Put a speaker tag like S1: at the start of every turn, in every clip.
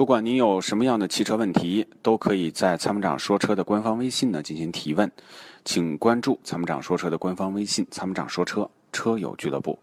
S1: 不管您有什么样的汽车问题，都可以在参谋长说车的官方微信呢进行提问，请关注参谋长说车的官方微信“参谋长说车车友俱乐部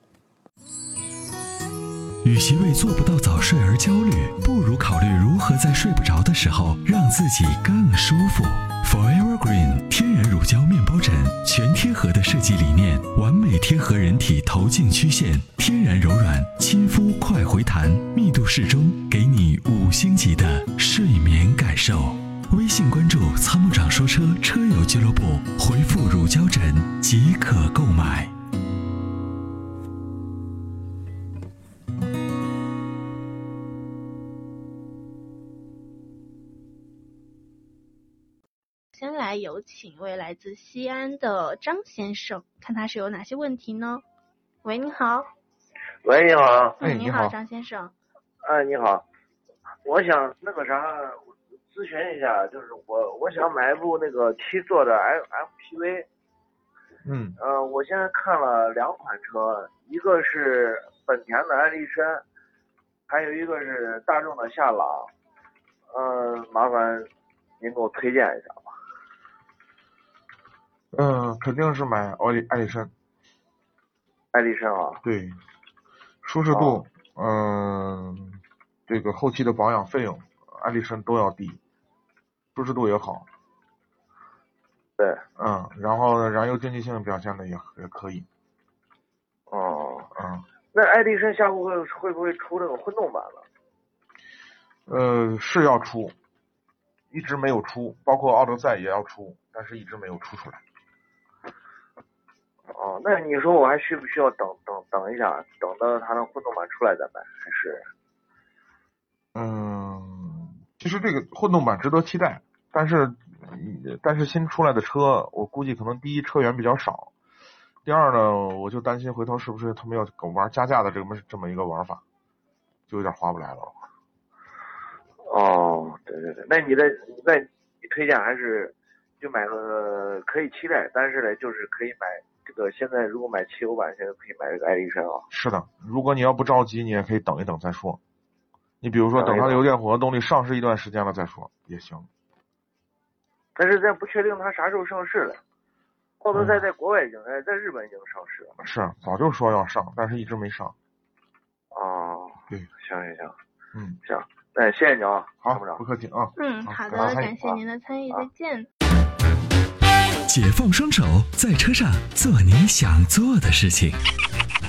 S2: 与其为做不到早睡而焦虑，不如考虑如何在睡不着的时候让自己更舒服。Forever Green 天然乳胶面包枕，全贴合的设计理念，完美贴合人体头颈曲线，天然柔软，亲肤快回弹，密度适中，给你五星级的睡眠感受。微信关注“参谋长说车”车友俱乐部，回复“乳胶枕”即可购买。”。
S3: 先来有请一位来自西安的张先生，看他是有哪些问题呢？喂，你好，
S4: 喂，你好，
S5: 哎
S3: 嗯，
S5: 你
S3: 你
S5: 好
S3: 张先生，
S4: 哎，你好，我想那个啥，咨询一下，就是我我想买一部那个七座的 F MPV，
S5: 嗯
S4: 呃，我现在看了两款车，一个是本田的艾力绅，还有一个是大众的夏朗，呃，麻烦您给我推荐一下吧。
S5: 嗯，肯定是买奥利艾力绅，
S4: 艾力绅啊，
S5: 对，舒适度，嗯，这个后期的保养费用，艾力绅都要低，舒适度也好，
S4: 对，
S5: 嗯，然后呢，燃油经济性表现的也也可以，
S4: 哦、
S5: 嗯，
S4: 那艾力绅下会会不会出那个混动版了？
S5: 呃，是要出，一直没有出，包括奥德赛也要出，但是一直没有出出来。
S4: 哦，那你说我还需不需要等等等一下，等到它的混动版出来再买，还是？
S5: 嗯，其实这个混动版值得期待，但是嗯但是新出来的车，我估计可能第一车源比较少，第二呢，我就担心回头是不是他们要搞玩加价的这么这么一个玩法，就有点划不来了。
S4: 哦，对对对，那你的那你推荐还是就买个可以期待，但是呢，就是可以买这个现在如果买汽油版，现在可以买这个艾力绅啊。
S5: 是的，如果你要不着急，你也可以等一等再说。你比如说，
S4: 等
S5: 等
S4: 一
S5: 它的
S4: 等
S5: 油电混合动力上市一段时间了再说也行。
S4: 但是咱不确定它啥时候上市了。奥德赛
S5: 嗯
S4: 在国外已经哎在在日本已经上市了。
S5: 是，早就说要上，但是一直没上。
S4: 哦，
S5: 对
S4: 行行行，
S5: 嗯，
S4: 那谢谢你啊，参
S5: 好
S4: 谋长，
S5: 不。客气 啊。
S3: 嗯，
S5: 好
S3: 好的，
S5: 感谢
S3: 感谢
S4: 啊
S3: 您的参与，
S4: 啊
S3: 再见。
S2: 解放双手，在车上做你想做的事情。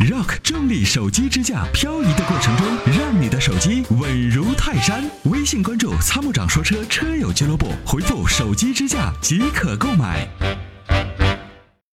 S2: Rock 重力手机支架，漂移的过程中，让你的手机稳如泰山。微信关注“参谋长说车”车友俱乐部，回复“手机支架”即可购买。